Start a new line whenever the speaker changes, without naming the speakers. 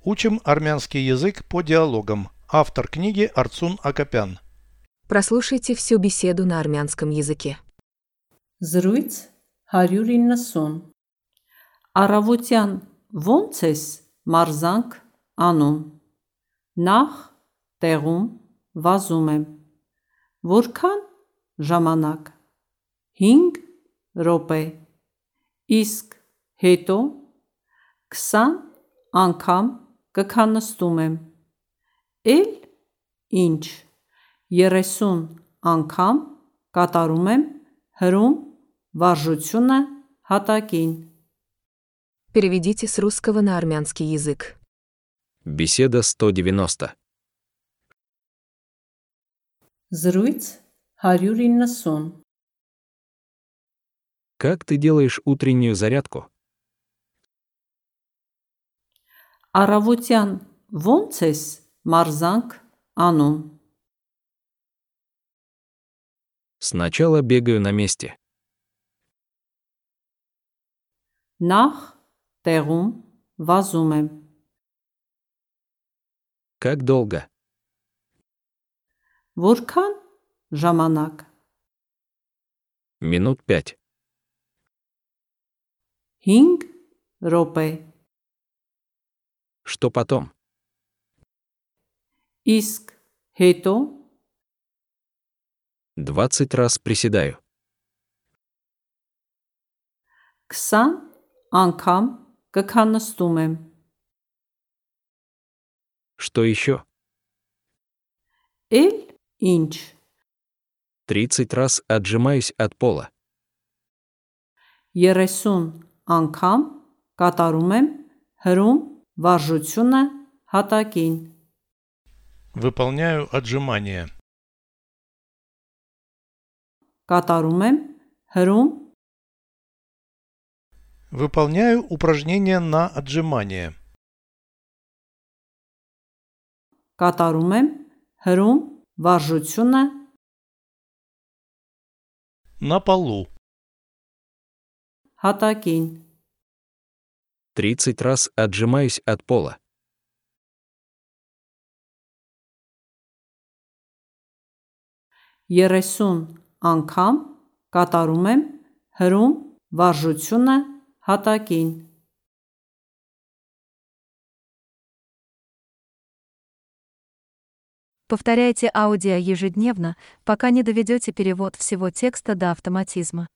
Учим армянский язык по диалогам. Автор книги Арцун Акопян.
Прослушайте всю беседу на армянском языке.
Զրույց 190 Առավոտյան ո՞նց ես մարզանք անում Նախ տեղում վազում եմ Որքան ժամանակ 5 րոպե Իսկ հետո 20 անգամ կքանստում եմ Էլ ինչ 30 անգամ կատարում եմ հրում վարժությունը հատակին
Переведите с русского на армянский язык.
Беседа 190.
Զրույց 190
Как ты делаешь утреннюю зарядку?
Առավոտյան ո՞նց ես մարզանք անում
Сначала бегаю на месте.
Նախ տեղում վազում եմ
Как долго?
Որքան ժամանակ
Минут пять.
5 րոպե
Что потом?
Իսկ հետո
20 раз приседаю.
20 անգամ կքանստում եմ
Что еще?
Էլ ինչ
30 раз отжимаюсь от пола.
30 անգամ կատարում եմ հրում վարժությունը հատակին
Выполняю отжимания.
կատարում եմ հրում
Выполняю упражнения на отжимание.
կատարում եմ հրում վարժությունը
На полу.
հատակին
30 раз отжимаюсь от пола.
երեսուն անգամ կատարում եմ հրում վարժությունը հատակին
Повторяйте аудио ежедневно, пока не доведете перевод всего текста до автоматизма.